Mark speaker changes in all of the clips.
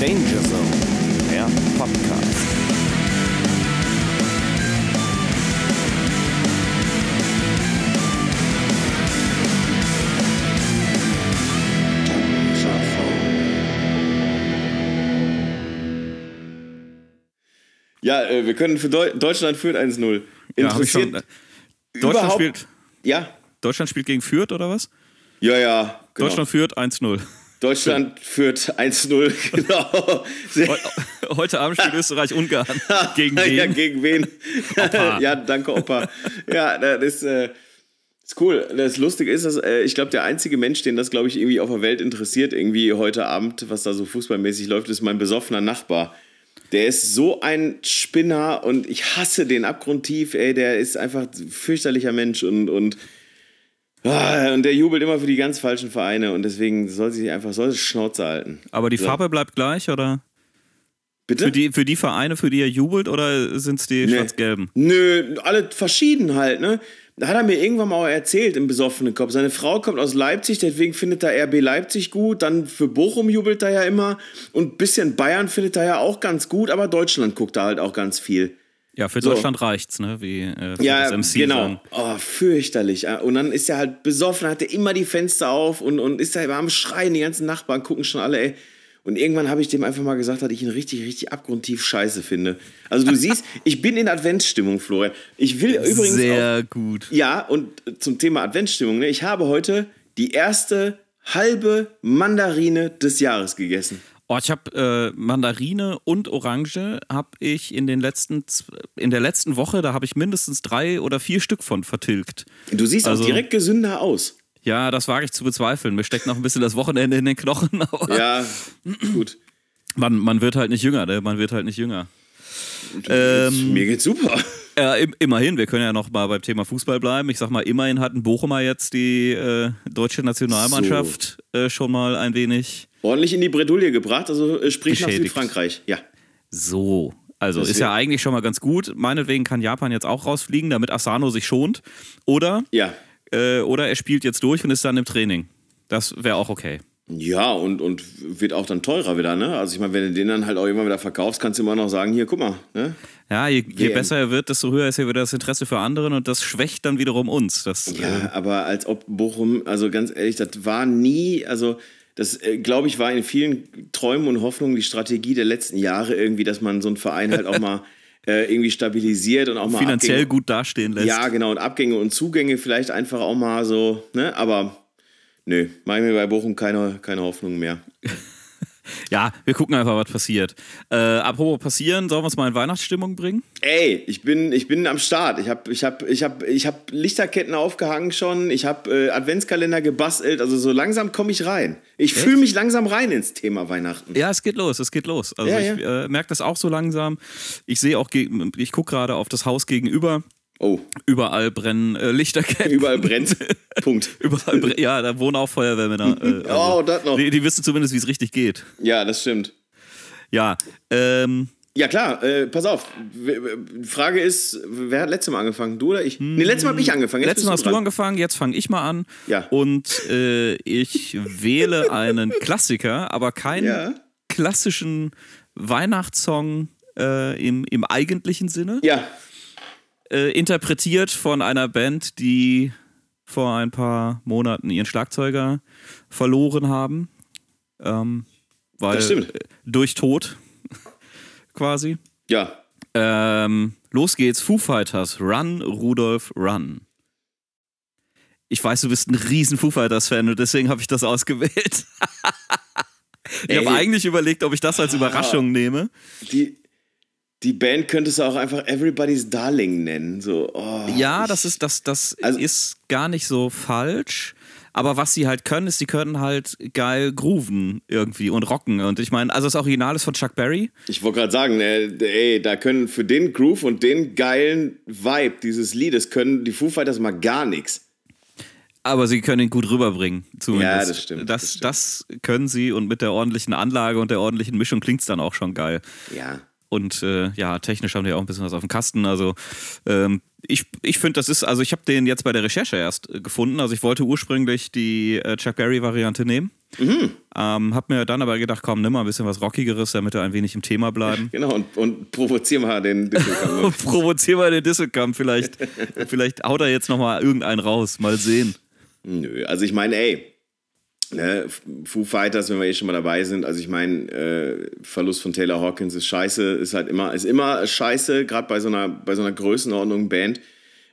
Speaker 1: Danger Zone, der Podcast.
Speaker 2: Ja, äh, wir können für Deu Deutschland führt 1-0.
Speaker 3: Ja, hab ich schon. ne?
Speaker 2: Interessiert
Speaker 3: Deutschland
Speaker 2: überhaupt-
Speaker 3: spielt,
Speaker 2: Ja,
Speaker 3: Deutschland spielt gegen Fürth oder was?
Speaker 2: ja, ja. Genau.
Speaker 3: Deutschland führt 1-0.
Speaker 2: Deutschland führt 1-0, genau. Sehr-
Speaker 3: Heu- Heute Abend spielt Österreich-Ungarn gegen
Speaker 2: Ja,
Speaker 3: wen?
Speaker 2: gegen wen?
Speaker 3: Opa.
Speaker 2: ja, danke, Opa. Ja, das ist, äh, ist cool. Das Lustige ist, dass, äh, ich glaube, der einzige Mensch, den das, glaube ich, irgendwie auf der Welt interessiert, irgendwie heute Abend, was da so fußballmäßig läuft, ist mein besoffener Nachbar. Der ist so ein Spinner und ich hasse den abgrundtief, ey. Der ist einfach ein fürchterlicher Mensch und, und, ah, und der jubelt immer für die ganz falschen Vereine und deswegen soll sie sich einfach, soll sie Schnauze halten.
Speaker 3: Aber die
Speaker 2: So.
Speaker 3: Farbe bleibt gleich oder?
Speaker 2: Bitte?
Speaker 3: Für die, für die Vereine, für die er jubelt oder sind es die
Speaker 2: Nee.
Speaker 3: schwarz-gelben?
Speaker 2: Nö, alle verschieden halt, ne? Da hat er mir irgendwann mal auch erzählt im besoffenen Kopf. Seine Frau kommt aus Leipzig, deswegen findet er RB Leipzig gut. Dann für Bochum jubelt er ja immer. Und ein bisschen Bayern findet er ja auch ganz gut, aber Deutschland guckt da halt auch ganz viel.
Speaker 3: Ja, für
Speaker 2: So.
Speaker 3: Deutschland reicht's, ne? Wie äh, für
Speaker 2: Ja,
Speaker 3: das MC
Speaker 2: genau.
Speaker 3: sagen.
Speaker 2: Oh, fürchterlich. Und dann ist er halt besoffen, hat er immer die Fenster auf und, und ist da immer am Schreien. Die ganzen Nachbarn gucken schon alle, ey. Und irgendwann habe ich dem einfach mal gesagt, dass ich ihn richtig, richtig abgrundtief scheiße finde. Also du siehst, ich bin in Adventsstimmung, Florian. Ich will übrigens auch,
Speaker 4: Sehr gut.
Speaker 2: Ja, und äh, zum Thema Adventsstimmung, ne? ich habe heute die erste halbe Mandarine des Jahres gegessen.
Speaker 3: Oh, ich habe äh, Mandarine und Orange habe ich in den letzten z- in der letzten Woche, da habe ich mindestens drei oder vier Stück von vertilgt.
Speaker 2: Du siehst
Speaker 3: Also-
Speaker 2: auch direkt gesünder aus.
Speaker 3: Ja, das wage ich zu bezweifeln. Mir steckt noch ein bisschen das Wochenende in den Knochen, aber
Speaker 2: Ja, gut.
Speaker 3: man, man wird halt nicht jünger, ne? Man wird halt nicht jünger. Ähm,
Speaker 2: Mir geht's super.
Speaker 3: Ja, im, immerhin, wir können ja noch mal beim Thema Fußball bleiben. Ich sag mal, immerhin hat ein Bochumer jetzt die äh, deutsche Nationalmannschaft äh, schon mal ein wenig
Speaker 2: Ordentlich in die Bredouille gebracht, also äh, sprich nach
Speaker 3: Geschädigt.
Speaker 2: Südfrankreich. Ja.
Speaker 3: so. Also ist
Speaker 2: Deswegen-
Speaker 3: ja eigentlich schon mal ganz gut. Meinetwegen kann Japan jetzt auch rausfliegen, damit Asano sich schont. Oder,
Speaker 2: Ja.
Speaker 3: äh, oder er spielt jetzt durch und ist dann im Training. Das wäre auch okay.
Speaker 2: Ja, und, und wird auch dann teurer wieder, ne? Also ich meine, wenn du den dann halt auch immer wieder verkaufst, kannst du immer noch sagen, hier, guck mal, ne?
Speaker 3: Ja, je, je
Speaker 2: WM.
Speaker 3: besser er wird, desto höher ist ja wieder das Interesse für anderen und das schwächt dann wiederum uns. Das,
Speaker 2: Ja, aber als ob Bochum, also ganz ehrlich, das war nie, also das äh, glaube ich war in vielen Träumen und Hoffnungen die Strategie der letzten Jahre irgendwie, dass man so einen Verein halt auch mal äh, irgendwie stabilisiert und auch mal
Speaker 3: finanziell
Speaker 2: Abgänge,
Speaker 3: gut dastehen lässt.
Speaker 2: Ja, genau und Abgänge und Zugänge vielleicht einfach auch mal so, ne? Aber nö, mache ich mir bei Bochum keine keine Hoffnung mehr.
Speaker 3: Ja, wir gucken einfach, was passiert. Äh, apropos passieren, sollen wir uns mal in Weihnachtsstimmung bringen?
Speaker 2: Ey, ich bin, ich bin am Start. Ich habe ich hab, ich hab, ich hab Lichterketten aufgehangen schon. Ich habe äh, Adventskalender gebastelt. Also so langsam komme ich rein. Ich fühle mich langsam rein ins Thema Weihnachten.
Speaker 3: Ja, es geht los, es geht los. Also
Speaker 2: Ja,
Speaker 3: ich äh, merke das auch so langsam. Ich sehe auch, gegen- ich gucke gerade auf das Haus gegenüber.
Speaker 2: Oh,
Speaker 3: Überall brennen äh, Lichterketten.
Speaker 2: überall brennt. Punkt.
Speaker 3: Überall brennt. Ja, da wohnen auch Feuerwehrmänner. Äh, also.
Speaker 2: Oh, das noch.
Speaker 3: die, die wissen zumindest, wie es richtig geht.
Speaker 2: Ja, das stimmt.
Speaker 3: Ja, ähm,
Speaker 2: Ja klar, äh, pass auf. W- w- Frage ist, wer hat letztes Mal angefangen? Du oder ich? Nee, letztes Mal habe ich angefangen. Jetzt
Speaker 3: Hm. letztes Mal hast
Speaker 2: bist
Speaker 3: du
Speaker 2: dran.
Speaker 3: angefangen, jetzt fange ich mal an.
Speaker 2: Ja.
Speaker 3: Und äh, ich wähle einen Klassiker, aber keinen
Speaker 2: Ja.
Speaker 3: klassischen Weihnachtssong äh, im, im eigentlichen Sinne.
Speaker 2: Ja,
Speaker 3: äh, interpretiert von einer Band, die vor ein paar Monaten ihren Schlagzeuger verloren haben. Ähm, weil
Speaker 2: Das stimmt.
Speaker 3: äh, durch Tod quasi.
Speaker 2: ja.
Speaker 3: Ähm, los geht's, Foo Fighters, Run, Rudolf, Run. Ich weiß, du bist ein riesen Foo Fighters-Fan und deswegen habe ich das ausgewählt. ich
Speaker 2: Ey.
Speaker 3: habe eigentlich überlegt, ob ich das als Überraschung nehme.
Speaker 2: Die, die Band könntest du auch einfach Everybody's Darling nennen. So, oh,
Speaker 3: Ja,
Speaker 2: ich-
Speaker 3: das ist, das, das
Speaker 2: Also-
Speaker 3: ist gar nicht so falsch. Aber was sie halt können, ist, sie können halt geil grooven irgendwie und rocken. Und ich meine, also das Original ist von Chuck Berry.
Speaker 2: Ich wollte gerade sagen, äh, ey, da können für den Groove und den geilen Vibe dieses Liedes können die Foo Fighters mal gar nichts.
Speaker 3: Aber sie können ihn gut rüberbringen, zumindest.
Speaker 2: Ja, das stimmt,
Speaker 3: Das,
Speaker 2: das stimmt.
Speaker 3: das können sie und mit der ordentlichen Anlage und der ordentlichen Mischung klingt es dann auch schon geil.
Speaker 2: Ja.
Speaker 3: Und äh, ja, technisch haben die auch ein bisschen was auf dem Kasten. Also ähm, ich, ich finde, das ist, also ich habe den jetzt bei der Recherche erst äh, gefunden. Also ich wollte ursprünglich die äh, Chuck Berry-Variante nehmen.
Speaker 2: Mhm.
Speaker 3: Ähm, hab mir dann aber gedacht, komm, nimm mal ein bisschen was Rockigeres, damit wir ein wenig im Thema bleiben.
Speaker 2: Genau, und, und provozier mal den Disney-Kampf.
Speaker 3: Und provozier mal den Disselkamp. Vielleicht, vielleicht haut er jetzt nochmal irgendeinen raus. Mal sehen.
Speaker 2: Nö, also ich meine, ey, ne, Foo Fighters, wenn wir eh schon mal dabei sind, also ich meine, äh, Verlust von Taylor Hawkins ist scheiße, ist halt immer, ist immer scheiße, gerade bei so einer, bei so einer Größenordnung Band.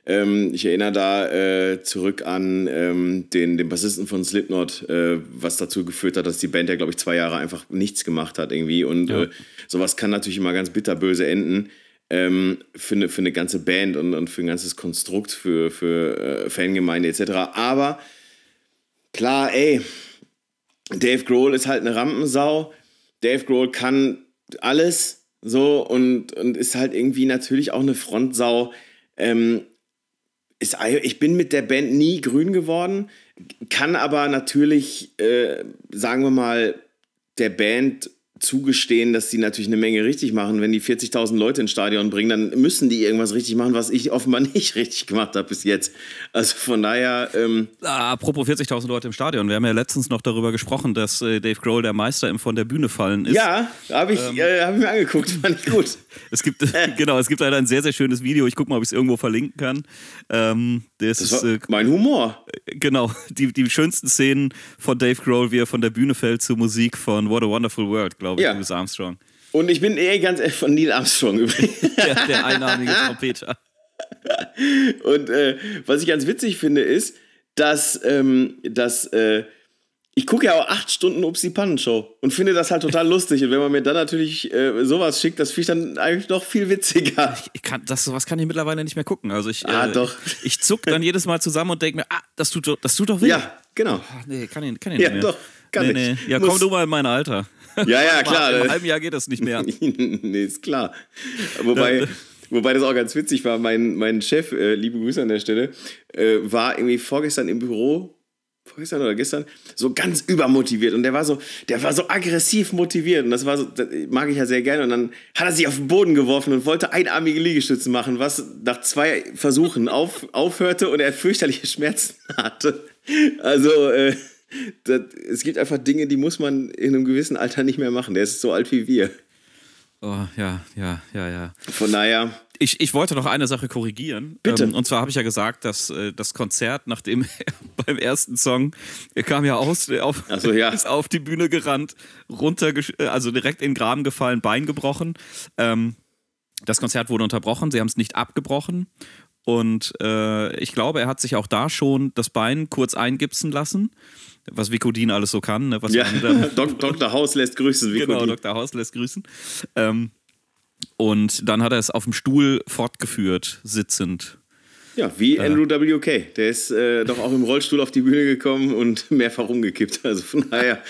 Speaker 2: Ähm, ich erinnere da äh, zurück an ähm, den, den Bassisten von Slipknot, äh, was dazu geführt hat, dass die Band ja, glaube ich, zwei Jahre einfach nichts gemacht hat irgendwie. Und äh, sowas kann natürlich immer ganz bitterböse enden ähm, für, eine, für eine ganze Band und, und für ein ganzes Konstrukt, für, für äh, Fangemeinde etc. Aber klar, ey, Dave Grohl ist halt eine Rampensau. Dave Grohl kann alles so und, und ist halt irgendwie natürlich auch eine Frontsau. Ähm, ist, ich bin mit der Band nie grün geworden, kann aber natürlich, äh, sagen wir mal, der Band zugestehen, dass die natürlich eine Menge richtig machen. Wenn die 40.000 Leute ins Stadion bringen, dann müssen die irgendwas richtig machen, was ich offenbar nicht richtig gemacht habe bis jetzt. Also von daher, ähm,
Speaker 3: Ah, Apropos 40.000 Leute im Stadion. Wir haben ja letztens noch darüber gesprochen, dass äh, Dave Grohl der Meister im Von der Bühne fallen ist. ähm,
Speaker 2: ja, habe ich, äh, hab ich mir angeguckt, fand ich gut.
Speaker 3: Es gibt, genau, es gibt leider ein sehr, sehr schönes Video. Ich gucke mal, ob ich es irgendwo verlinken kann. Ähm, das,
Speaker 2: Das
Speaker 3: ist,
Speaker 2: war
Speaker 3: äh,
Speaker 2: mein Humor.
Speaker 3: genau, die, die schönsten Szenen von Dave Grohl, wie er von der Bühne fällt zur Musik von What a Wonderful World, glaube ich,
Speaker 2: Ja.
Speaker 3: Louis Armstrong.
Speaker 2: Und ich bin eh ganz ehrlich von Neil Armstrong übrigens.
Speaker 3: Der, der einarmige Trompeter.
Speaker 2: Und äh, was ich ganz witzig finde, ist, dass, ähm, dass äh, ich gucke ja auch acht Stunden Ups die Pannenshow und finde das halt total lustig. Und wenn man mir dann natürlich äh, sowas schickt, das finde ich dann eigentlich noch viel witziger.
Speaker 3: Ich kann, das, sowas kann ich mittlerweile nicht mehr gucken. Also ich,
Speaker 2: Ah,
Speaker 3: äh,
Speaker 2: doch.
Speaker 3: ich, ich zuck dann jedes Mal zusammen und denke mir, ah, das tut, doch- das tut doch weh.
Speaker 2: Ja, genau.
Speaker 3: Ach, nee, kann ich, kann ich
Speaker 2: Ja,
Speaker 3: nicht mehr.
Speaker 2: doch, kann
Speaker 3: nee,
Speaker 2: ich.
Speaker 3: nee. Ja,
Speaker 2: Muss-
Speaker 3: komm du mal in mein Alter.
Speaker 2: Ja, ja, klar.
Speaker 3: Im halben Jahr geht das nicht mehr.
Speaker 2: nee, ist klar. Wobei,
Speaker 3: Dann- ne?
Speaker 2: wobei das auch ganz witzig war. Mein, mein Chef, äh, liebe Grüße an der Stelle, äh, war irgendwie vorgestern im Büro, vorgestern oder gestern, so ganz übermotiviert. Und der war so, der war so aggressiv motiviert. Und das war so, das mag ich ja sehr gerne. Und dann hat er sich auf den Boden geworfen und wollte einarmige Liegestützen machen, was nach zwei Versuchen auf, aufhörte und er fürchterliche Schmerzen hatte. Also, äh, das, es gibt einfach Dinge, die muss man in einem gewissen Alter nicht mehr machen. Der ist so alt wie wir.
Speaker 3: Oh, ja, ja, ja, ja.
Speaker 2: Von daher,
Speaker 3: Ich, ich wollte noch eine Sache korrigieren. Ähm,
Speaker 2: Bitte.
Speaker 3: und zwar habe ich ja gesagt, dass äh, das Konzert, nachdem er beim ersten Song, er kam ja aus, äh, auf,
Speaker 2: Ach so, ja.
Speaker 3: ist auf die Bühne gerannt, runter, also direkt in den Graben gefallen, Bein gebrochen. Ähm, das Konzert wurde unterbrochen, sie haben es nicht abgebrochen. Und äh, ich glaube, er hat sich auch da schon das Bein kurz eingipsen lassen, was Vicodin alles so kann, ne? was
Speaker 2: ja,
Speaker 3: man da
Speaker 2: Dok Dr. Haus lässt grüßen. Wie
Speaker 3: Genau,
Speaker 2: genau,
Speaker 3: Dr. Haus lässt grüßen. Ähm, und dann hat er es auf dem Stuhl fortgeführt, sitzend.
Speaker 2: ja, wie Andrew W.K. Der ist äh, doch auch im Rollstuhl auf die Bühne gekommen und mehrfach umgekippt. Also von daher,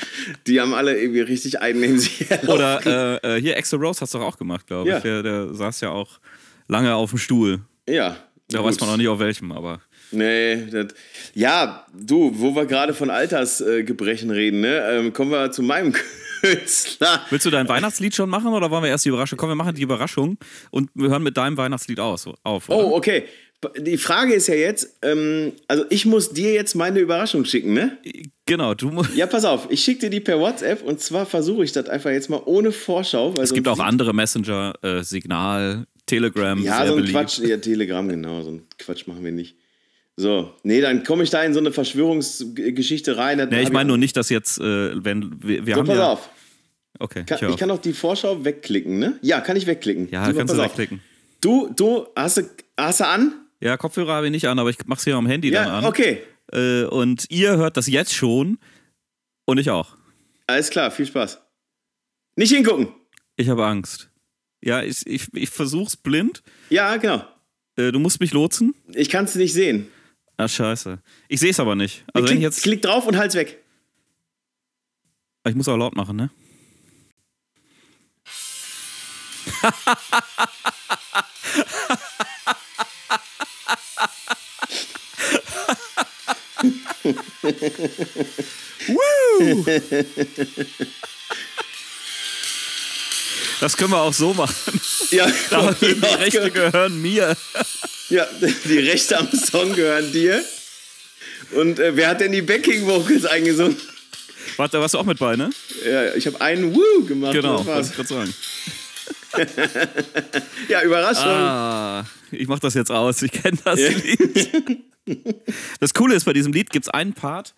Speaker 2: die haben alle irgendwie richtig einen in sich. erlaubt.
Speaker 3: Oder äh, äh, hier, Axel Rose hat es doch auch gemacht, glaube
Speaker 2: Oh. Ja.
Speaker 3: ich. Der, der saß ja auch lange auf dem Stuhl.
Speaker 2: ja.
Speaker 3: Da
Speaker 2: gut.
Speaker 3: äh, weiß man auch nicht auf welchem, aber.
Speaker 2: Nee, das, ja, du, wo wir gerade von Altersgebrechen reden, ne? Ähm, kommen wir zu meinem Künstler.
Speaker 3: Willst du dein Weihnachtslied schon machen oder wollen wir erst die Überraschung? Komm, wir machen die Überraschung und wir hören mit deinem Weihnachtslied aus, auf. Oder?
Speaker 2: Oh, okay. Die Frage ist ja jetzt, ähm, also ich muss dir jetzt meine Überraschung schicken, ne?
Speaker 3: Genau, du musst.
Speaker 2: Ja, pass auf, ich schicke dir die per WhatsApp und zwar versuche ich das einfach jetzt mal ohne Vorschau. Weil
Speaker 3: Es gibt auch andere Messenger, äh, Signal, Telegram,
Speaker 2: Ja,
Speaker 3: sehr
Speaker 2: so ein
Speaker 3: beliebt.
Speaker 2: Quatsch, ja, Telegram, genau, so ein Quatsch machen wir nicht. So, nee, dann komme ich da in so eine Verschwörungsgeschichte rein. dann
Speaker 3: Nee,
Speaker 2: hab
Speaker 3: ich meine nur nicht, dass jetzt, äh, wenn wir,
Speaker 2: genau.
Speaker 3: wir
Speaker 2: So,
Speaker 3: haben
Speaker 2: pass
Speaker 3: ja,
Speaker 2: auf,
Speaker 3: okay, ich,
Speaker 2: kann,
Speaker 3: hör
Speaker 2: ich
Speaker 3: auf.
Speaker 2: kann doch die Vorschau wegklicken, ne? Ja, kann ich wegklicken.
Speaker 3: ja,
Speaker 2: Super,
Speaker 3: kannst du
Speaker 2: pass auf.
Speaker 3: wegklicken.
Speaker 2: Du, du, hast du, hast du an?
Speaker 3: Ja, Kopfhörer habe ich nicht an, aber ich mache sie am Handy dann
Speaker 2: Ja,
Speaker 3: an.
Speaker 2: okay.
Speaker 3: Äh, und ihr hört das jetzt schon und ich auch.
Speaker 2: Alles klar, viel Spaß. Nicht hingucken.
Speaker 3: Ich habe Angst. Ja, ich, ich, ich versuch's blind.
Speaker 2: Ja, genau.
Speaker 3: Äh, du musst mich lotsen.
Speaker 2: Ich kann es nicht sehen.
Speaker 3: Ah, scheiße. Ich sehe es aber nicht. Also wenn
Speaker 2: klick,
Speaker 3: ich jetzt.
Speaker 2: klick drauf und halt's weg.
Speaker 3: Ich muss auch laut machen, ne? Woo! Das können wir auch so machen.
Speaker 2: Ja,
Speaker 3: Die Rechte gehören mir.
Speaker 2: Ja, die Rechte am Song gehören dir. Und äh, wer hat denn die Backing Vocals eingesungen?
Speaker 3: Warte, da warst du auch mit bei, ne?
Speaker 2: Ja, ich habe einen Woo gemacht.
Speaker 3: Genau,
Speaker 2: das
Speaker 3: wollte
Speaker 2: war's.
Speaker 3: ich gerade sagen.
Speaker 2: Ja, Überraschung.
Speaker 3: Ah, ich mach das jetzt aus, ich kenne das Lied. Das Coole ist, bei diesem Lied gibt es einen Part,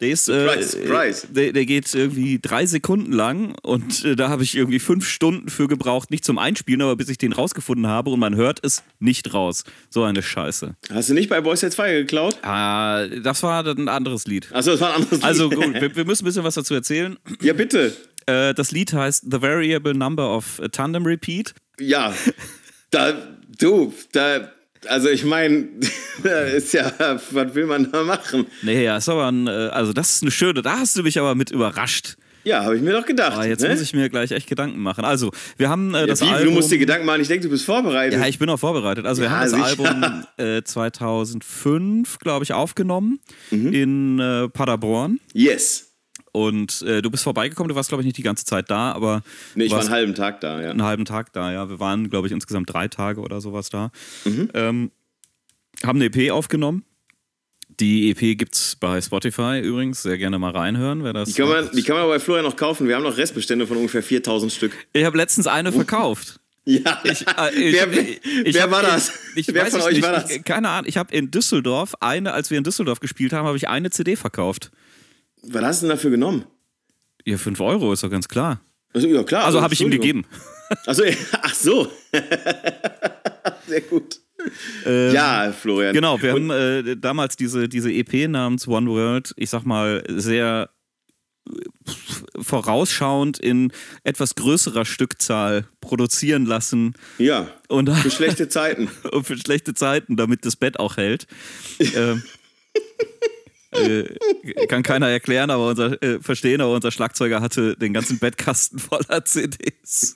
Speaker 3: der ist. Äh,
Speaker 2: Surprise, surprise.
Speaker 3: Der, der geht irgendwie drei Sekunden lang und äh, da habe ich irgendwie fünf Stunden für gebraucht, nicht zum Einspielen, aber bis ich den rausgefunden habe und man hört es nicht raus. So eine Scheiße.
Speaker 2: Hast du nicht bei Boys Head 2 geklaut?
Speaker 3: Ah, das war dann ein anderes Lied.
Speaker 2: Achso, das war ein anderes Lied.
Speaker 3: Also gut, wir, wir müssen ein bisschen was dazu erzählen.
Speaker 2: Ja, bitte.
Speaker 3: Äh, das Lied heißt The Variable Number of Tandem Repeat.
Speaker 2: Ja, da, du, da, also ich meine, da ist ja, was will man da machen?
Speaker 3: Nee, ja, ist aber ein, äh, also das ist eine schöne, da hast du mich aber mit überrascht.
Speaker 2: Ja, habe ich mir doch gedacht.
Speaker 3: Aber Ah, jetzt
Speaker 2: ne?
Speaker 3: muss ich mir gleich echt Gedanken machen. Also, wir haben äh, das
Speaker 2: Wie,
Speaker 3: Album.
Speaker 2: du musst dir Gedanken machen, ich denke, du bist vorbereitet.
Speaker 3: ja, ich bin auch vorbereitet. Also, wir
Speaker 2: Ja,
Speaker 3: haben das
Speaker 2: sicher.
Speaker 3: Album äh, 2005, glaube ich, aufgenommen
Speaker 2: Mhm.
Speaker 3: in äh, Paderborn.
Speaker 2: yes.
Speaker 3: Und äh, du bist vorbeigekommen. Du warst, glaube ich, nicht die ganze Zeit da, aber
Speaker 2: Nee, ich war
Speaker 3: warst
Speaker 2: einen halben Tag da, ja.
Speaker 3: einen halben Tag da. Ja, wir waren, glaube ich, insgesamt drei Tage oder sowas da.
Speaker 2: Mhm.
Speaker 3: Ähm, haben eine EP aufgenommen. Die EP gibt's bei Spotify übrigens. Sehr gerne mal reinhören, wer das.
Speaker 2: Die kann, man, die kann man aber bei Florian noch kaufen. Wir haben noch Restbestände von ungefähr 4000 Stück.
Speaker 3: ich habe letztens
Speaker 2: Oh.
Speaker 3: eine verkauft.
Speaker 2: Ja,
Speaker 3: Äh, ich-
Speaker 2: wer,
Speaker 3: ich- ich
Speaker 2: wer
Speaker 3: hab-
Speaker 2: war das?
Speaker 3: Ich, ich
Speaker 2: wer
Speaker 3: weiß
Speaker 2: von
Speaker 3: es
Speaker 2: euch
Speaker 3: nicht,
Speaker 2: war das?
Speaker 3: Ich- Keine Ahnung. Ich habe in Düsseldorf eine, als wir in Düsseldorf gespielt haben, habe ich eine CD verkauft.
Speaker 2: Was hast du denn dafür genommen?
Speaker 3: Ja, 5 Euro ist doch ganz klar.
Speaker 2: Also, ja, klar.
Speaker 3: Also habe ich ihm
Speaker 2: Entschuldigung.
Speaker 3: gegeben.
Speaker 2: Achso, ja, ach so. Sehr gut. ja, Florian.
Speaker 3: Ähm, Genau, wir haben äh, damals diese, diese EP namens One World, ich sag mal, sehr äh, vorausschauend in etwas größerer Stückzahl produzieren lassen
Speaker 2: Ja,
Speaker 3: und
Speaker 2: für schlechte Zeiten.
Speaker 3: und für schlechte Zeiten, damit das Bett auch hält. ähm, äh, kann keiner erklären, aber unser äh, verstehen, aber unser Schlagzeuger hatte den ganzen Bettkasten voller CDs.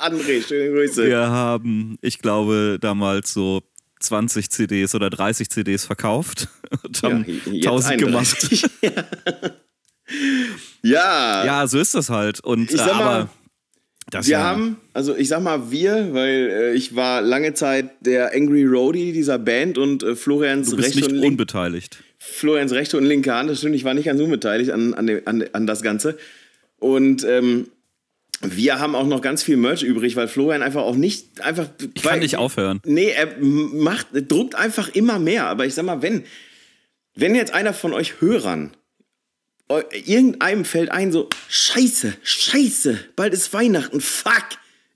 Speaker 2: André, schöne Grüße.
Speaker 3: Wir haben, ich glaube, damals so 20 CDs oder 30 CDs verkauft und haben
Speaker 2: jetzt
Speaker 3: 1000 gemacht.
Speaker 2: 31. ja.
Speaker 3: Ja, so ist das halt. Und
Speaker 2: Ich
Speaker 3: äh,
Speaker 2: sag mal,
Speaker 3: aber das
Speaker 2: Wir
Speaker 3: ja,
Speaker 2: haben, also ich sag mal wir, weil äh, ich war lange Zeit der Angry Roadie dieser Band und äh, Florians,
Speaker 3: du bist
Speaker 2: rechte
Speaker 3: nicht
Speaker 2: und link,
Speaker 3: unbeteiligt.
Speaker 2: Florians rechte und linke Hand, das stimmt, ich war nicht ganz unbeteiligt an, an, dem, an, an das Ganze. Und ähm, wir haben auch noch ganz viel Merch übrig, weil Florian einfach auch nicht einfach.
Speaker 3: Ich kann nicht aufhören.
Speaker 2: Nee, er m- macht, druckt einfach immer mehr. Aber ich sag mal, wenn, wenn jetzt einer von euch Hörern eu- Äh, irgendeinem fällt ein, so, Scheiße, Scheiße, bald ist Weihnachten, fuck,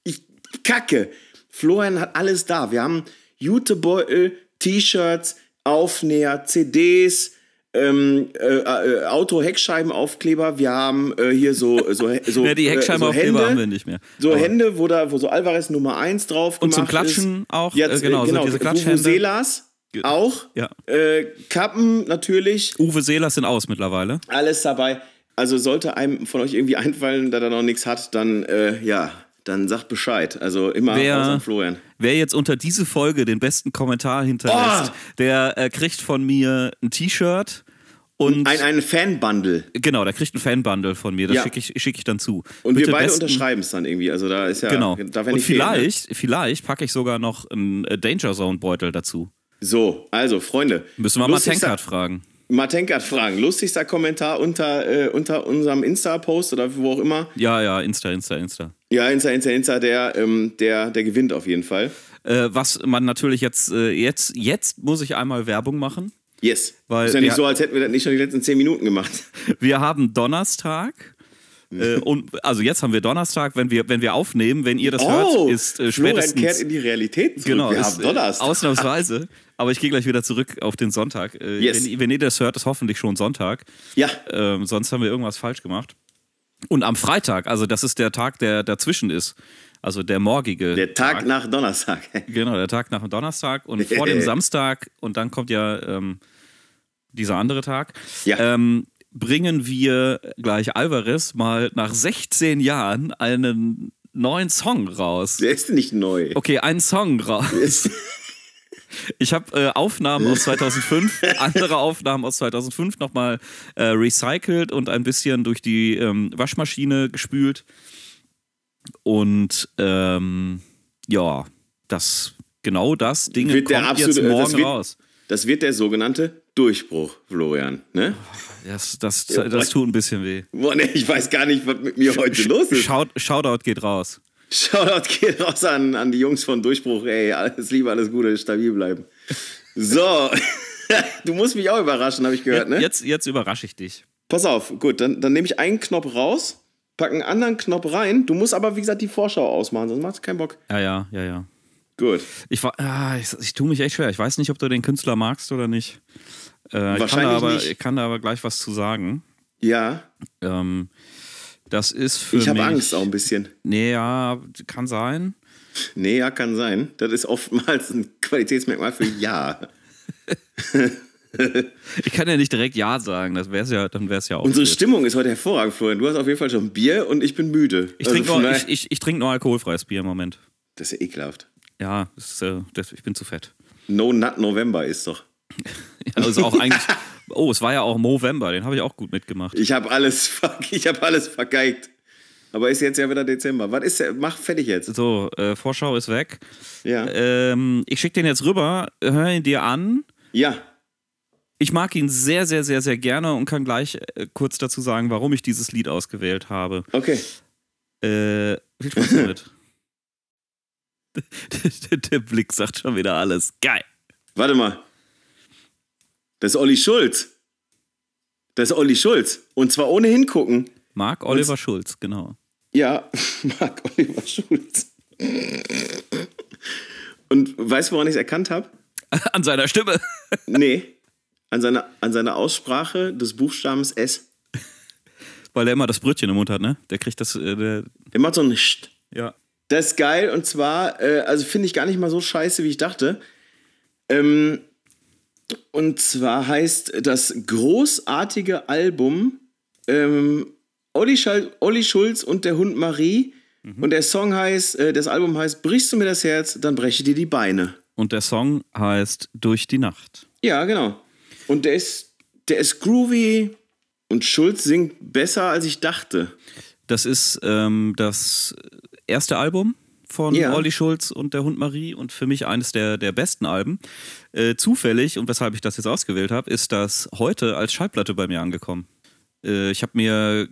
Speaker 2: ich kacke. Florian hat alles da. Wir haben Jutebeutel, T-Shirts, Aufnäher, CDs, ähm, äh, äh, Auto-Heckscheibenaufkleber. Wir haben äh, hier so, so, so,
Speaker 3: Ja, die
Speaker 2: äh,
Speaker 3: Heckscheibe
Speaker 2: so
Speaker 3: auf Hände,
Speaker 2: Hände.
Speaker 3: haben wir nicht mehr.
Speaker 2: So
Speaker 3: Aber-
Speaker 2: Hände, wo, da, wo so Alvarez Nummer 1 drauf gemacht
Speaker 3: Und zum
Speaker 2: ist.
Speaker 3: Klatschen auch, äh,
Speaker 2: Jetzt,
Speaker 3: genau, so diese Klatschhände.
Speaker 2: Vuvuzelas auch.
Speaker 3: Ja.
Speaker 2: Äh, Kappen natürlich.
Speaker 3: Uwe Seelers sind aus mittlerweile.
Speaker 2: Alles dabei. Also sollte einem von euch irgendwie einfallen, da er noch nichts hat, dann äh, ja, dann sagt Bescheid. Also immer
Speaker 3: Wer-
Speaker 2: raus an Florian.
Speaker 3: Wer jetzt unter diese Folge den besten Kommentar hinterlässt,
Speaker 2: Ah!
Speaker 3: der äh, kriegt von mir ein T-Shirt und
Speaker 2: Ein, ein Fanbundle.
Speaker 3: genau, der kriegt ein Fanbundle von mir. Das
Speaker 2: Ja.
Speaker 3: schicke ich, schick ich dann zu.
Speaker 2: Und
Speaker 3: Bitte
Speaker 2: wir beide
Speaker 3: besten-
Speaker 2: unterschreiben es dann irgendwie. Also da ist ja,
Speaker 3: Genau.
Speaker 2: darf ja
Speaker 3: und
Speaker 2: nicht fehlen, ne?
Speaker 3: vielleicht, vielleicht packe ich sogar noch einen äh, Danger Zone Beutel dazu.
Speaker 2: So, also Freunde.
Speaker 3: Müssen wir mal
Speaker 2: Lustigster-
Speaker 3: Tankard fragen.
Speaker 2: Matenkart fragen. Lustigster Kommentar unter, äh, unter unserem Insta-Post oder wo auch immer.
Speaker 3: Ja, ja, Insta, Insta, Insta.
Speaker 2: Ja, Insta, Insta, Insta, der, ähm, der, der gewinnt auf jeden Fall.
Speaker 3: Äh, was man natürlich jetzt, äh, jetzt, jetzt muss ich einmal Werbung machen.
Speaker 2: Yes.
Speaker 3: Weil
Speaker 2: ist ja nicht
Speaker 3: wir-
Speaker 2: so, als hätten wir das nicht schon die letzten zehn Minuten gemacht.
Speaker 3: Wir haben Donnerstag. Äh, und, also jetzt haben wir Donnerstag, wenn wir, wenn wir aufnehmen, wenn ihr das
Speaker 2: Oh,
Speaker 3: hört, ist äh,
Speaker 2: Florian
Speaker 3: spätestens
Speaker 2: kehrt in die Realität zurück.
Speaker 3: Genau,
Speaker 2: wir
Speaker 3: ist,
Speaker 2: haben
Speaker 3: äh,
Speaker 2: Donnerstag.
Speaker 3: Ausnahmsweise. Aber ich gehe gleich wieder zurück auf den Sonntag. Äh,
Speaker 2: Yes.
Speaker 3: wenn, wenn ihr das hört, ist hoffentlich schon Sonntag.
Speaker 2: ja,
Speaker 3: Ähm, sonst haben wir irgendwas falsch gemacht. Und am Freitag, also das ist der Tag, der dazwischen ist. Also der morgige.
Speaker 2: der Tag nach Donnerstag.
Speaker 3: Genau, der Tag nach dem Donnerstag und vor dem Samstag und dann kommt ja ähm, dieser andere Tag.
Speaker 2: Ja.
Speaker 3: Ähm, bringen wir gleich Alvarez mal nach 16 Jahren einen neuen Song raus.
Speaker 2: Der ist nicht neu.
Speaker 3: Okay, einen Song raus.
Speaker 2: Ist-
Speaker 3: Ich habe äh, Aufnahmen aus 2005, andere Aufnahmen aus 2005 nochmal äh, recycelt und ein bisschen durch die ähm, Waschmaschine gespült. Und ähm, ja, das genau das Ding
Speaker 2: Wird
Speaker 3: kommt
Speaker 2: der absolute-
Speaker 3: jetzt morgen
Speaker 2: das wird-
Speaker 3: raus.
Speaker 2: Das wird der sogenannte Durchbruch, Florian. Ne?
Speaker 3: Das, das, das tut ein bisschen weh.
Speaker 2: Boah, ne, ich weiß gar nicht, was mit mir heute los ist.
Speaker 3: Shout, Shoutout geht raus.
Speaker 2: Shoutout geht raus an, an die Jungs von Durchbruch. Ey, alles Liebe, alles Gute, stabil bleiben. So, du musst mich auch überraschen, habe ich gehört, ne?
Speaker 3: Jetzt, jetzt überrasche ich dich.
Speaker 2: Pass auf, gut, dann, dann nehme ich einen Knopf raus, packe einen anderen Knopf rein. Du musst aber, wie gesagt, die Vorschau ausmachen, sonst macht es keinen Bock.
Speaker 3: Ja, ja, ja, ja.
Speaker 2: Gut.
Speaker 3: Ich, wa- ah, ich, ich tue mich echt schwer. Ich weiß nicht, ob du den Künstler magst oder nicht. Äh, ich, kann
Speaker 2: Wahrscheinlich
Speaker 3: da aber,
Speaker 2: nicht.
Speaker 3: ich kann da aber gleich was zu sagen.
Speaker 2: Ja,
Speaker 3: Ähm, das ist für
Speaker 2: ich habe
Speaker 3: mich.
Speaker 2: Angst auch ein bisschen.
Speaker 3: Nee, ja, kann sein.
Speaker 2: Nee, ja, kann sein. Das ist oftmals ein Qualitätsmerkmal für Ja.
Speaker 3: Ich kann ja nicht direkt Ja sagen, das wär's ja, dann wäre es ja auch.
Speaker 2: Unsere
Speaker 3: blöd.
Speaker 2: Stimmung ist heute hervorragend, Florian. Du hast auf jeden Fall schon Bier und ich bin müde. Also
Speaker 3: ich trinke
Speaker 2: von
Speaker 3: nur,
Speaker 2: daher-
Speaker 3: ich, ich, ich trink nur alkoholfreies Bier im Moment.
Speaker 2: Das ist ja ekelhaft.
Speaker 3: Ja, das ist, äh, das, ich bin zu fett.
Speaker 2: No Nut November ist doch.
Speaker 3: Ja, Also auch eigentlich. Oh, es war ja auch Movember, den habe ich auch gut mitgemacht.
Speaker 2: Ich habe alles, fuck, ich habe alles vergeigt. Aber ist jetzt ja wieder Dezember. Was ist der? Mach fertig jetzt.
Speaker 3: So, äh, Vorschau ist weg.
Speaker 2: Ja.
Speaker 3: Ähm, ich schicke den jetzt rüber, hör ihn dir an.
Speaker 2: Ja.
Speaker 3: Ich mag ihn sehr, sehr, sehr, sehr gerne und kann gleich äh, kurz dazu sagen, warum ich dieses Lied ausgewählt habe.
Speaker 2: Okay.
Speaker 3: Äh, viel Spaß damit. der, der Blick sagt schon wieder alles. Geil.
Speaker 2: Warte mal. Das ist Olli Schulz. Das ist Olli Schulz. Und zwar ohne hingucken.
Speaker 3: Marc Oliver Schulz, genau.
Speaker 2: Ja, Marc Oliver Schulz. Und weißt du, woran ich es erkannt habe?
Speaker 3: An seiner Stimme.
Speaker 2: Nee. An seiner, an seiner Aussprache des Buchstabens S.
Speaker 3: Weil der immer das Brötchen im Mund hat, ne? Der kriegt das, äh, der,
Speaker 2: Der macht so ein Scht.
Speaker 3: ja.
Speaker 2: Das ist geil und zwar, äh, also finde ich gar nicht mal so scheiße, wie ich dachte. Ähm, und zwar heißt das großartige Album ähm, Olli, Schal Olli Schulz und der Hund Marie. Und der Song heißt, äh, das Album heißt Brichst du mir das Herz, dann breche dir die Beine.
Speaker 3: Und der Song heißt Durch die Nacht.
Speaker 2: Ja, genau. Und der ist, der ist groovy und Schulz singt besser, als ich dachte.
Speaker 3: Das ist ähm, das erste Album von
Speaker 2: Ja.
Speaker 3: Olli Schulz und der Hund Marie und für mich eines der, der besten Alben. Äh, zufällig, und weshalb ich das jetzt ausgewählt habe, ist das heute als Schallplatte bei mir angekommen. Äh, ich habe mir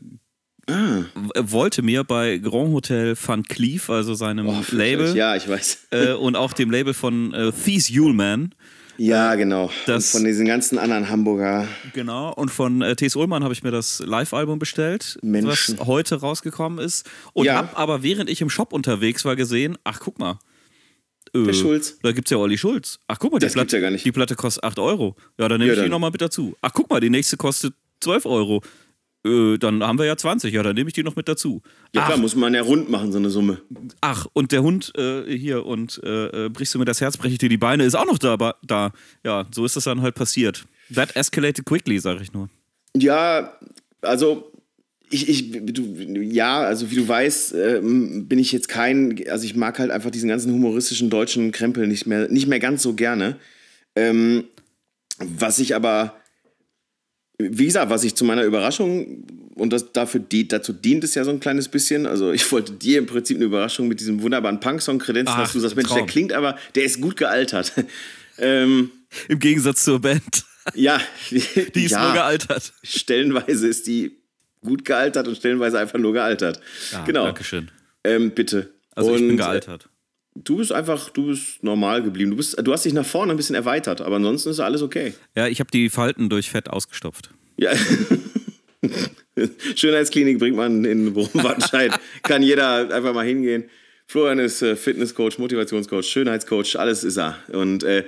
Speaker 2: Ah.
Speaker 3: w- wollte mir bei Grand Hotel Van Cleef, also seinem Label,
Speaker 2: Oh, Ja, ich weiß.
Speaker 3: äh, und auch dem Label von äh, Thies Ullman,
Speaker 2: Ja, genau.
Speaker 3: das-
Speaker 2: und von diesen ganzen anderen Hamburger.
Speaker 3: Genau, und von äh, T.S. Ullmann habe ich mir das Live-Album bestellt,
Speaker 2: Menschen.
Speaker 3: was heute rausgekommen ist. Und
Speaker 2: Ja.
Speaker 3: habe aber während ich im Shop unterwegs war gesehen, ach guck mal. äh,
Speaker 2: Schulz.
Speaker 3: Da gibt es ja Olli Schulz. Ach guck mal, die
Speaker 2: Das gibt's
Speaker 3: Platte,
Speaker 2: ja gar nicht.
Speaker 3: die Platte kostet 8 Euro. Ja, dann nehme ich die
Speaker 2: dann.
Speaker 3: nochmal mit dazu. Ach guck mal, die nächste kostet 12 Euro. Äh, dann haben wir ja 20. Ja, dann nehme ich die noch mit dazu.
Speaker 2: Ja,
Speaker 3: ach,
Speaker 2: klar, muss man ja rund machen, so eine Summe.
Speaker 3: ach, und der Hund äh, hier und äh, äh, brichst du mir das Herz, breche ich dir die Beine, ist auch noch da, aber- da. Ja, so ist das dann halt passiert. That escalated quickly, sage ich nur.
Speaker 2: Ja, also ich, ich du, ja, also wie du weißt, ähm, bin ich jetzt kein, also ich mag halt einfach diesen ganzen humoristischen deutschen Krempel nicht mehr, nicht mehr ganz so gerne. Ähm, was ich aber, wie gesagt, was ich zu meiner Überraschung und das dafür die, dazu dient es ja so ein kleines bisschen. Also ich wollte dir im Prinzip eine Überraschung mit diesem wunderbaren Punk-Song kredenzen,
Speaker 3: Ach,
Speaker 2: dass du sagst, Mensch, der
Speaker 3: Traum.
Speaker 2: klingt aber, der ist gut gealtert. ähm,
Speaker 3: Im Gegensatz zur Band.
Speaker 2: ja,
Speaker 3: Die ist nur gealtert.
Speaker 2: stellenweise ist die gut gealtert und stellenweise einfach nur gealtert. genau.
Speaker 3: Ah, Dankeschön.
Speaker 2: Ähm, bitte.
Speaker 3: Also ich bin
Speaker 2: Und,
Speaker 3: gealtert.
Speaker 2: äh, Du bist einfach, du bist normal geblieben. Du, bist, du hast dich nach vorne ein bisschen erweitert, aber ansonsten ist alles okay.
Speaker 3: Ja, ich habe die Falten durch Fett ausgestopft.
Speaker 2: Ja. Schönheitsklinik bringt man in Bochum-Wattenscheid. Kann jeder einfach mal hingehen. Florian ist äh, Fitnesscoach, Motivationscoach, Schönheitscoach, alles ist er. Und äh,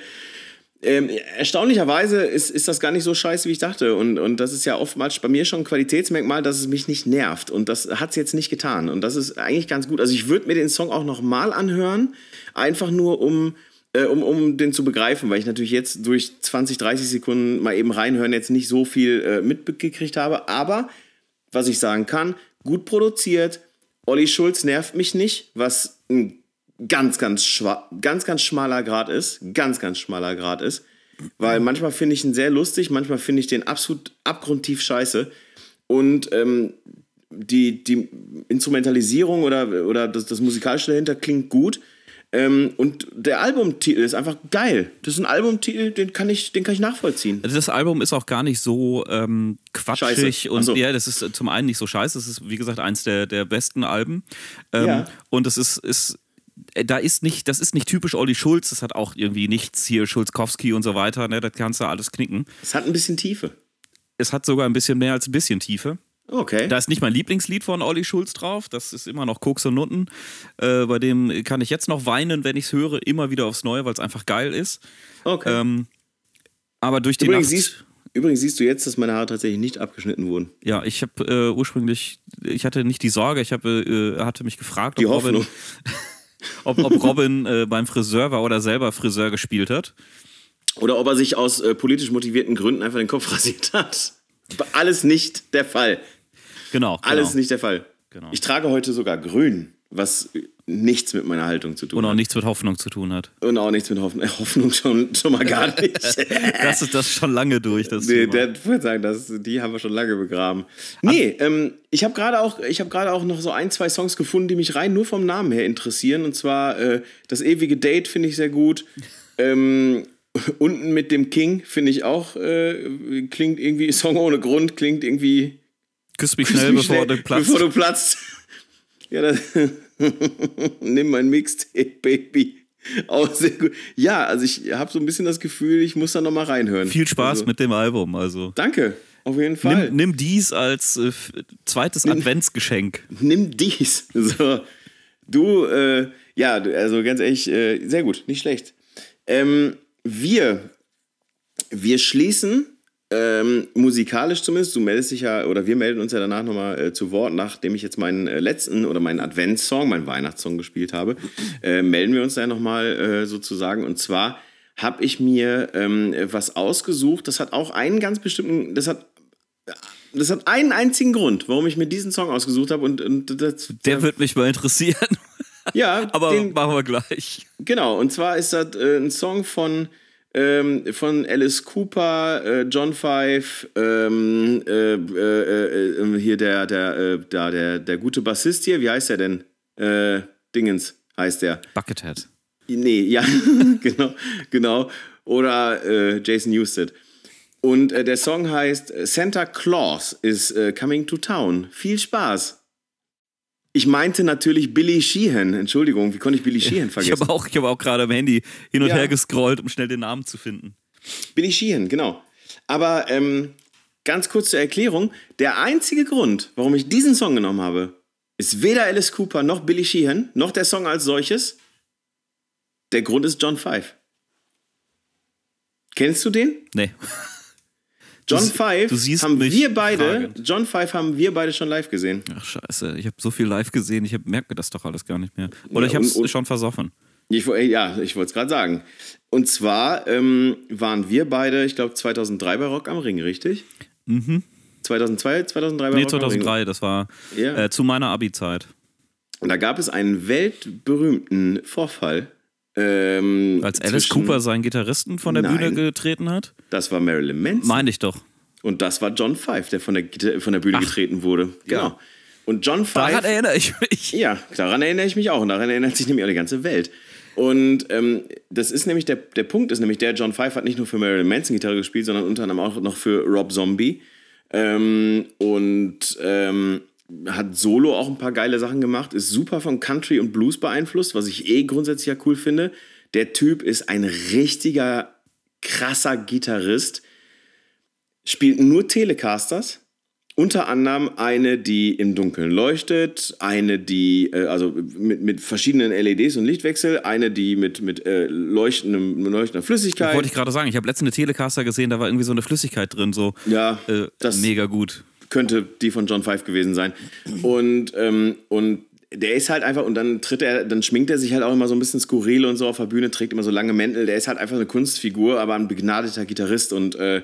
Speaker 2: ähm, erstaunlicherweise ist, ist das gar nicht so scheiße, wie ich dachte. Und, und das ist ja oftmals bei mir schon ein Qualitätsmerkmal, dass es mich nicht nervt. Und das hat es jetzt nicht getan. Und das ist eigentlich ganz gut. Also ich würde mir den Song auch nochmal anhören, einfach nur um, äh, um, um den zu begreifen, weil ich natürlich jetzt durch 20, 30 Sekunden mal eben reinhören jetzt nicht so viel äh, mitgekriegt habe. Aber was ich sagen kann, gut produziert. Olli Schulz nervt mich nicht, was ein ganz, ganz, schwa ganz, ganz schmaler Grad ist. Ganz, ganz schmaler Grad ist. Weil manchmal finde ich ihn sehr lustig, manchmal finde ich den absolut abgrundtief scheiße. Und ähm, die, die Instrumentalisierung oder, oder das, das Musikalische dahinter klingt gut. Ähm, und der Albumtitel ist einfach geil. Das ist ein Albumtitel, den kann ich, den kann ich nachvollziehen.
Speaker 3: Also Das Album ist auch gar nicht so ähm, quatschig
Speaker 2: Scheiße. Ach
Speaker 3: und
Speaker 2: so.
Speaker 3: ja, das ist äh, zum einen nicht so scheiße. Es ist wie gesagt eins der, der besten Alben ähm,
Speaker 2: Ja.
Speaker 3: und es ist ist äh, da ist nicht, das ist nicht typisch Olli Schulz, das hat auch irgendwie nichts hier, Schulzkowski und so weiter, ne, das kannst du alles knicken.
Speaker 2: Es hat ein bisschen Tiefe.
Speaker 3: Es hat sogar ein bisschen mehr als ein bisschen Tiefe.
Speaker 2: Okay.
Speaker 3: Da ist nicht mein Lieblingslied von Olli Schulz drauf, das ist immer noch Koks und Nutten. Äh, bei dem kann ich jetzt noch weinen, wenn ich es höre, immer wieder aufs Neue, weil es einfach geil ist.
Speaker 2: okay.
Speaker 3: Ähm, aber durch die
Speaker 2: übrigens,
Speaker 3: Nacht...
Speaker 2: siehst, übrigens siehst du jetzt, dass meine Haare tatsächlich nicht abgeschnitten wurden.
Speaker 3: Ja, ich habe äh, ursprünglich, ich hatte nicht die Sorge, ich habe, äh, hatte mich gefragt,
Speaker 2: Die
Speaker 3: ob Robin,
Speaker 2: Hoffnung.
Speaker 3: ob, ob Robin äh, beim Friseur war oder selber Friseur gespielt hat.
Speaker 2: Oder ob er sich aus äh, politisch motivierten Gründen einfach den Kopf rasiert hat. Alles nicht der Fall.
Speaker 3: Genau.
Speaker 2: Alles
Speaker 3: genau.
Speaker 2: nicht der Fall.
Speaker 3: Genau.
Speaker 2: Ich trage heute sogar grün, was äh, nichts mit meiner Haltung zu tun
Speaker 3: Und auch
Speaker 2: hat.
Speaker 3: nichts mit Hoffnung zu tun hat.
Speaker 2: Und auch nichts mit Hoffnung, äh, Hoffnung schon, schon mal gar nicht.
Speaker 3: Das ist das ist schon lange durch. Das
Speaker 2: nee,
Speaker 3: Thema.
Speaker 2: der, ich würd sagen, das, die haben wir schon lange begraben. Nee, ähm, ich habe gerade auch, ich hab gerade auch noch so ein, zwei Songs gefunden, die mich rein nur vom Namen her interessieren. Und zwar äh, Das ewige Date finde ich sehr gut. ähm, Unten mit dem King finde ich auch, äh, klingt irgendwie, Song ohne Grund, klingt irgendwie
Speaker 3: Küss mich schnell,
Speaker 2: Küss mich
Speaker 3: bevor
Speaker 2: schnell,
Speaker 3: du platzt.
Speaker 2: Bevor du platzt. Ja, das Nimm mein Mixtape, Baby. Auch sehr gut. Ja, also ich habe so ein bisschen das Gefühl, ich muss da nochmal reinhören.
Speaker 3: Viel Spaß
Speaker 2: also,
Speaker 3: mit dem Album. Also
Speaker 2: Danke, auf jeden Fall.
Speaker 3: nimm, nimm dies als äh, f- zweites Adventsgeschenk.
Speaker 2: Nimm, dies. So. Du, äh, ja, also ganz ehrlich, äh, sehr gut, nicht schlecht. Ähm, wir, wir schließen ähm, musikalisch zumindest, du meldest dich ja, oder wir melden uns ja danach nochmal äh, zu Wort, nachdem ich jetzt meinen äh, letzten oder meinen Adventssong, meinen Weihnachtssong gespielt habe, äh, melden wir uns da nochmal äh, sozusagen. Und zwar habe ich mir ähm, was ausgesucht, das hat auch einen ganz bestimmten, das hat, das hat einen einzigen Grund, warum ich mir diesen Song ausgesucht habe. Und, und das,
Speaker 3: Der wird mich mal interessieren.
Speaker 2: ja,
Speaker 3: Aber
Speaker 2: den,
Speaker 3: machen wir gleich.
Speaker 2: Genau, und zwar ist das äh, ein Song von, ähm, von Alice Cooper, äh, John Five, ähm, äh, äh, äh, äh, hier der, der, äh, da, der, der gute Bassist hier, wie heißt der denn? Äh, Dingens heißt der.
Speaker 3: Buckethead.
Speaker 2: Nee, ja, genau, genau. Oder äh, Jason Newsted. Und äh, der Song heißt Santa Claus is äh, Coming to Town. Viel Spaß. Ich meinte natürlich Billy Sheehan. Entschuldigung, wie konnte ich Billy Sheehan
Speaker 3: Ich
Speaker 2: vergessen?
Speaker 3: habe auch, ich hab auch gerade am Handy hin und
Speaker 2: Ja.
Speaker 3: her gescrollt, um schnell den Namen zu finden.
Speaker 2: Billy Sheehan, genau. Aber ähm, ganz kurz zur Erklärung: Der einzige Grund, warum ich diesen Song genommen habe, ist weder Alice Cooper noch Billy Sheehan, noch der Song als solches. Der Grund ist John Five. Kennst du den?
Speaker 3: Nee.
Speaker 2: John
Speaker 3: sie-
Speaker 2: Five
Speaker 3: du siehst
Speaker 2: haben
Speaker 3: mich
Speaker 2: wir beide.
Speaker 3: fragend.
Speaker 2: John Five haben wir beide schon live gesehen.
Speaker 3: Ach scheiße, ich habe so viel live gesehen, ich merke mir das doch alles gar nicht mehr. Oder
Speaker 2: Ja,
Speaker 3: ich habe
Speaker 2: und- und-
Speaker 3: es schon versoffen.
Speaker 2: Ich, wo- äh, ja, ich wollte es gerade sagen. Und zwar ähm, waren wir beide, ich glaube 2003 bei Rock am Ring, richtig? Mhm. 2002, 2003 bei
Speaker 3: Nee,
Speaker 2: Rock am Ring.
Speaker 3: 2003, das war
Speaker 2: Ja.
Speaker 3: äh, zu meiner Abi-Zeit,
Speaker 2: Und da gab es einen weltberühmten Vorfall. Ähm,
Speaker 3: als Alice
Speaker 2: zwischen-
Speaker 3: Cooper seinen Gitarristen von der
Speaker 2: Nein.
Speaker 3: Bühne getreten hat.
Speaker 2: Das war Marilyn Manson.
Speaker 3: Meine ich doch.
Speaker 2: und das war John Five, der von der, Gita- von der Bühne getreten wurde. Genau. Und John Five.
Speaker 3: Daran erinnere ich mich.
Speaker 2: Ja, daran erinnere ich mich auch. Und daran erinnert sich nämlich auch die ganze Welt. Und ähm, das ist nämlich der, der Punkt, ist nämlich der, John Five hat nicht nur für Marilyn Manson Gitarre gespielt, sondern unter anderem auch noch für Rob Zombie. Ähm, und ähm, hat solo auch ein paar geile Sachen gemacht, ist super von Country und Blues beeinflusst, was ich eh grundsätzlich ja cool finde. Der Typ ist ein richtiger krasser Gitarrist, spielt nur Telecasters. Unter anderem eine, die im Dunkeln leuchtet, eine, die, äh, also mit, mit verschiedenen LEDs und Lichtwechsel, eine, die mit, mit äh, leuchtendem, mit leuchtender Flüssigkeit.
Speaker 3: Wollte ich gerade sagen, ich habe letztens eine Telecaster gesehen, da war irgendwie so eine Flüssigkeit drin, so
Speaker 2: ja,
Speaker 3: äh,
Speaker 2: das
Speaker 3: mega gut.
Speaker 2: könnte die von John Five gewesen sein. Und, ähm, und der ist halt einfach, und dann tritt er, dann schminkt er sich halt auch immer so ein bisschen skurril und so auf der Bühne, trägt immer so lange Mäntel. Der ist halt einfach eine Kunstfigur, aber ein begnadeter Gitarrist und äh,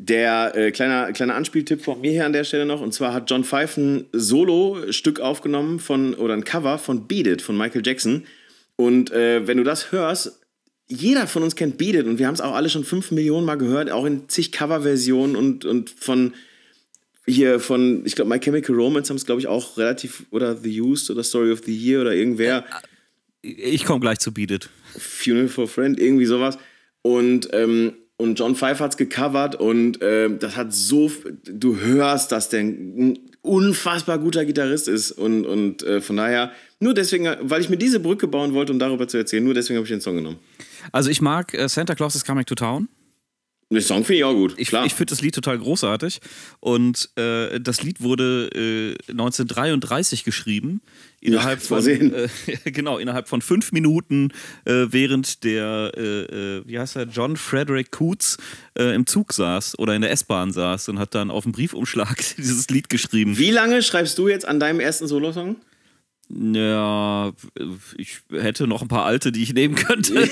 Speaker 2: der äh, kleiner, kleiner Anspieltipp von mir hier an der Stelle noch, und zwar hat John Fife ein Solo-Stück aufgenommen von, oder ein Cover von Beat It von Michael Jackson. Und äh, wenn du das hörst, jeder von uns kennt Beat It und wir haben es auch alle schon fünf Millionen Mal gehört, auch in zig Coverversionen und, und von hier von, ich glaube, My Chemical Romance haben es, glaube ich, auch relativ, oder The Used oder Story of the Year oder irgendwer.
Speaker 3: Ich komme gleich zu Beat It.
Speaker 2: Funeral for a Friend, irgendwie sowas. Und, ähm, und John Five hat's gecovert und ähm, das hat so, f- du hörst, dass der ein unfassbar guter Gitarrist ist und, und äh, von daher, nur deswegen, weil ich mir diese Brücke bauen wollte, um darüber zu erzählen, nur deswegen habe ich den Song genommen.
Speaker 3: Also ich mag äh, Santa Claus is Coming to Town.
Speaker 2: Den Song finde ich auch gut,
Speaker 3: Ich,
Speaker 2: klar.
Speaker 3: ich finde das Lied total großartig. Und äh, das Lied wurde äh, 1933 geschrieben. Innerhalb
Speaker 2: Ja,
Speaker 3: von,
Speaker 2: versehen.
Speaker 3: äh, genau, innerhalb von fünf Minuten, äh, während der, äh, äh, wie heißt er, John Frederick Coots äh, im Zug saß oder in der S-Bahn saß und hat dann auf dem Briefumschlag dieses Lied geschrieben.
Speaker 2: Wie lange schreibst du jetzt an deinem ersten Solosong?
Speaker 3: Ja, ich hätte noch ein paar alte, die ich nehmen könnte.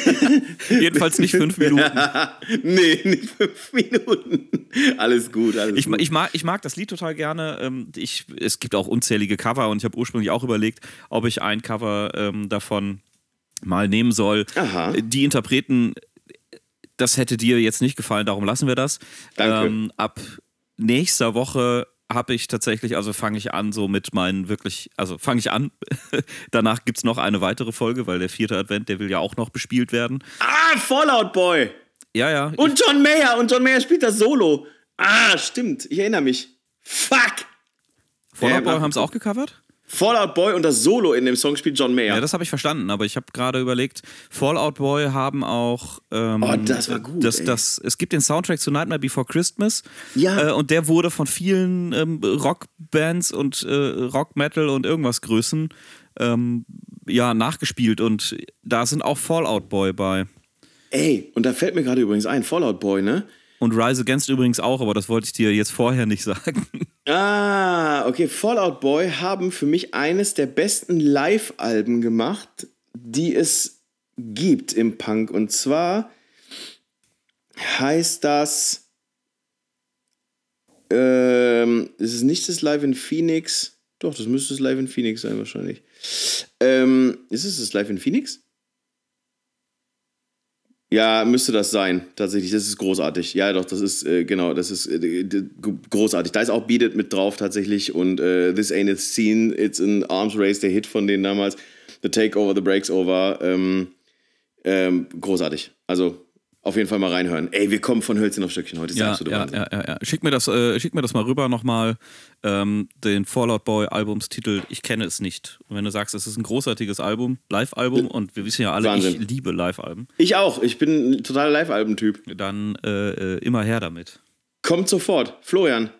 Speaker 3: Jedenfalls nicht fünf Minuten.
Speaker 2: nee, nicht fünf Minuten. Alles gut, alles
Speaker 3: Ich, ma-
Speaker 2: gut.
Speaker 3: ich, mag, ich mag das Lied total gerne. ähm, Ich, es gibt auch unzählige Cover und ich habe ursprünglich auch überlegt, ob ich ein Cover ähm, davon mal nehmen soll.
Speaker 2: Aha.
Speaker 3: Die Interpreten, das hätte dir jetzt nicht gefallen, darum lassen wir das. Ähm,
Speaker 2: Danke.
Speaker 3: ab nächster Woche habe ich tatsächlich, also fange ich an so mit meinen wirklich, also fange ich an. Danach gibt es noch eine weitere Folge, weil der vierte Advent, der will ja auch noch bespielt werden.
Speaker 2: ah, Fallout Boy!
Speaker 3: Ja, ja.
Speaker 2: Und John Mayer! Und John Mayer spielt das Solo. Ah, stimmt. Ich erinnere mich. Fuck!
Speaker 3: Fallout Boy
Speaker 2: Ja,
Speaker 3: haben es auch gecovert?
Speaker 2: Fallout Boy und das Solo in dem Song spielt John Mayer.
Speaker 3: Ja, das habe ich verstanden, aber ich habe gerade überlegt, Fallout Boy haben auch. Ähm,
Speaker 2: Oh, das war gut,
Speaker 3: Das,
Speaker 2: ey.
Speaker 3: das, es gibt den Soundtrack zu Nightmare Before Christmas.
Speaker 2: Ja.
Speaker 3: Äh, und der wurde von vielen ähm, Rockbands und äh, Rock, Metal und irgendwas Größen ähm, ja, nachgespielt. Und da sind auch Fallout Boy bei.
Speaker 2: Ey, und da fällt mir gerade übrigens ein, Fallout Boy, ne?
Speaker 3: Und Rise Against übrigens auch, aber das wollte ich dir jetzt vorher nicht sagen.
Speaker 2: Ah, okay. Fallout Boy haben für mich eines der besten Live-Alben gemacht, die es gibt im Punk. Und zwar heißt das. Ähm, ist es nicht das Live in Phoenix? Doch, das müsste das Live in Phoenix sein, wahrscheinlich. Ähm, ist es das Live in Phoenix? Ja, müsste das sein, tatsächlich. Das ist großartig. Ja, doch, das ist, äh, genau, das ist äh, d- d- großartig. Da ist auch Beat It mit drauf, tatsächlich. Und äh, This Ain't a Scene, It's an Arms Race, der Hit von denen damals. The Takeover, The Breaks Over. Ähm, ähm, großartig. Also, auf jeden Fall mal reinhören. Ey, wir kommen von Hölzchen auf Stöckchen heute. Das ist der
Speaker 3: Ja,
Speaker 2: absolute
Speaker 3: ja,
Speaker 2: Wahnsinn.
Speaker 3: ja, ja, ja. Schick, mir das, äh, schick mir das mal rüber nochmal, ähm, den Fallout Boy Albumstitel. Ich kenne es nicht. Und wenn du sagst, es ist ein großartiges Album, Live-Album, und wir wissen ja alle,
Speaker 2: Wahnsinn.
Speaker 3: ich liebe Live-Alben,
Speaker 2: Ich auch. Ich bin ein totaler Live-Alben-Typ.
Speaker 3: dann äh, äh, immer her damit.
Speaker 2: Kommt sofort. Florian.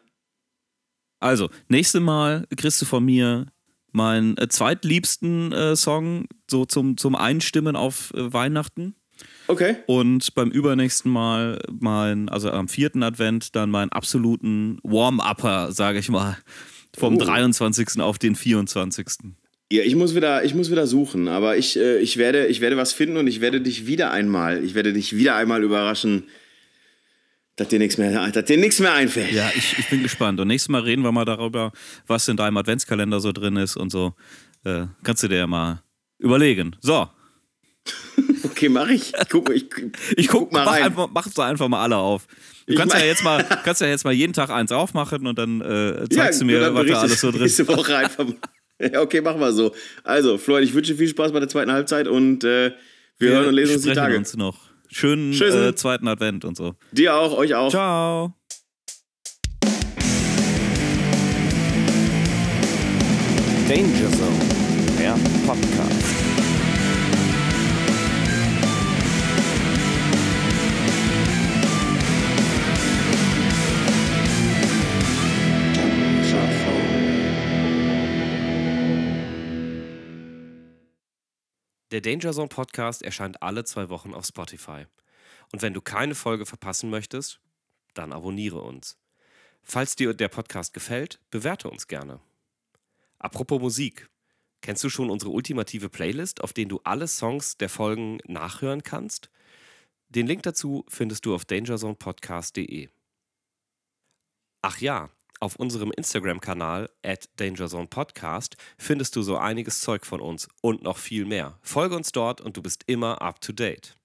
Speaker 3: Also, nächstes Mal kriegst du von mir meinen äh, zweitliebsten äh, Song so zum, zum Einstimmen auf äh, Weihnachten.
Speaker 2: Okay.
Speaker 3: Und beim übernächsten Mal mein, also am vierten Advent, dann meinen absoluten Warm-Upper, sage ich mal. Vom
Speaker 2: Oh.
Speaker 3: 23. auf den 24.
Speaker 2: Ja, ich muss wieder, ich muss wieder suchen, aber ich, äh, ich, werde, ich werde was finden und ich werde dich wieder einmal, ich werde dich wieder einmal überraschen, dass dir nichts mehr, dass dir nichts mehr einfällt.
Speaker 3: Ja, ich, ich bin gespannt. Und nächstes Mal reden wir mal darüber, was in deinem Adventskalender so drin ist und so. Äh, kannst du dir ja mal überlegen. So,
Speaker 2: Okay, mach ich. Ich guck, ich,
Speaker 3: ich guck,
Speaker 2: mal
Speaker 3: mach,
Speaker 2: rein.
Speaker 3: Einfach, mach da einfach mal alle auf. Du
Speaker 2: Ich
Speaker 3: kannst ja,
Speaker 2: mein-
Speaker 3: jetzt mal, kannst ja jetzt mal jeden Tag eins aufmachen und dann äh,
Speaker 2: Ja,
Speaker 3: zeigst du
Speaker 2: und
Speaker 3: mir,
Speaker 2: dann
Speaker 3: was da
Speaker 2: berichtest
Speaker 3: alles so
Speaker 2: du
Speaker 3: drin ist.
Speaker 2: Nächste Woche einfach. Ja, okay, machen wir so. Also, Florian, ich wünsche dir viel Spaß bei der zweiten Halbzeit und äh, wir hören und lesen uns die
Speaker 3: sprechen
Speaker 2: Tage.
Speaker 3: uns noch. Schönen
Speaker 2: Tschüssen.
Speaker 3: äh, zweiten Advent und so.
Speaker 2: Dir auch, euch auch.
Speaker 3: Ciao.
Speaker 1: Danger Zone, der Podcast.
Speaker 4: Der Danger Zone Podcast erscheint alle zwei Wochen auf Spotify. Und wenn du keine Folge verpassen möchtest, dann abonniere uns. Falls dir der Podcast gefällt, bewerte uns gerne. Apropos Musik. Kennst du schon unsere ultimative Playlist, auf denen du alle Songs der Folgen nachhören kannst? Den Link dazu findest du auf dangerzonepodcast.de. Ach ja, auf unserem Instagram-Kanal at dangerzonepodcast findest du so einiges Zeug von uns und noch viel mehr. Folge uns dort und du bist immer up to date.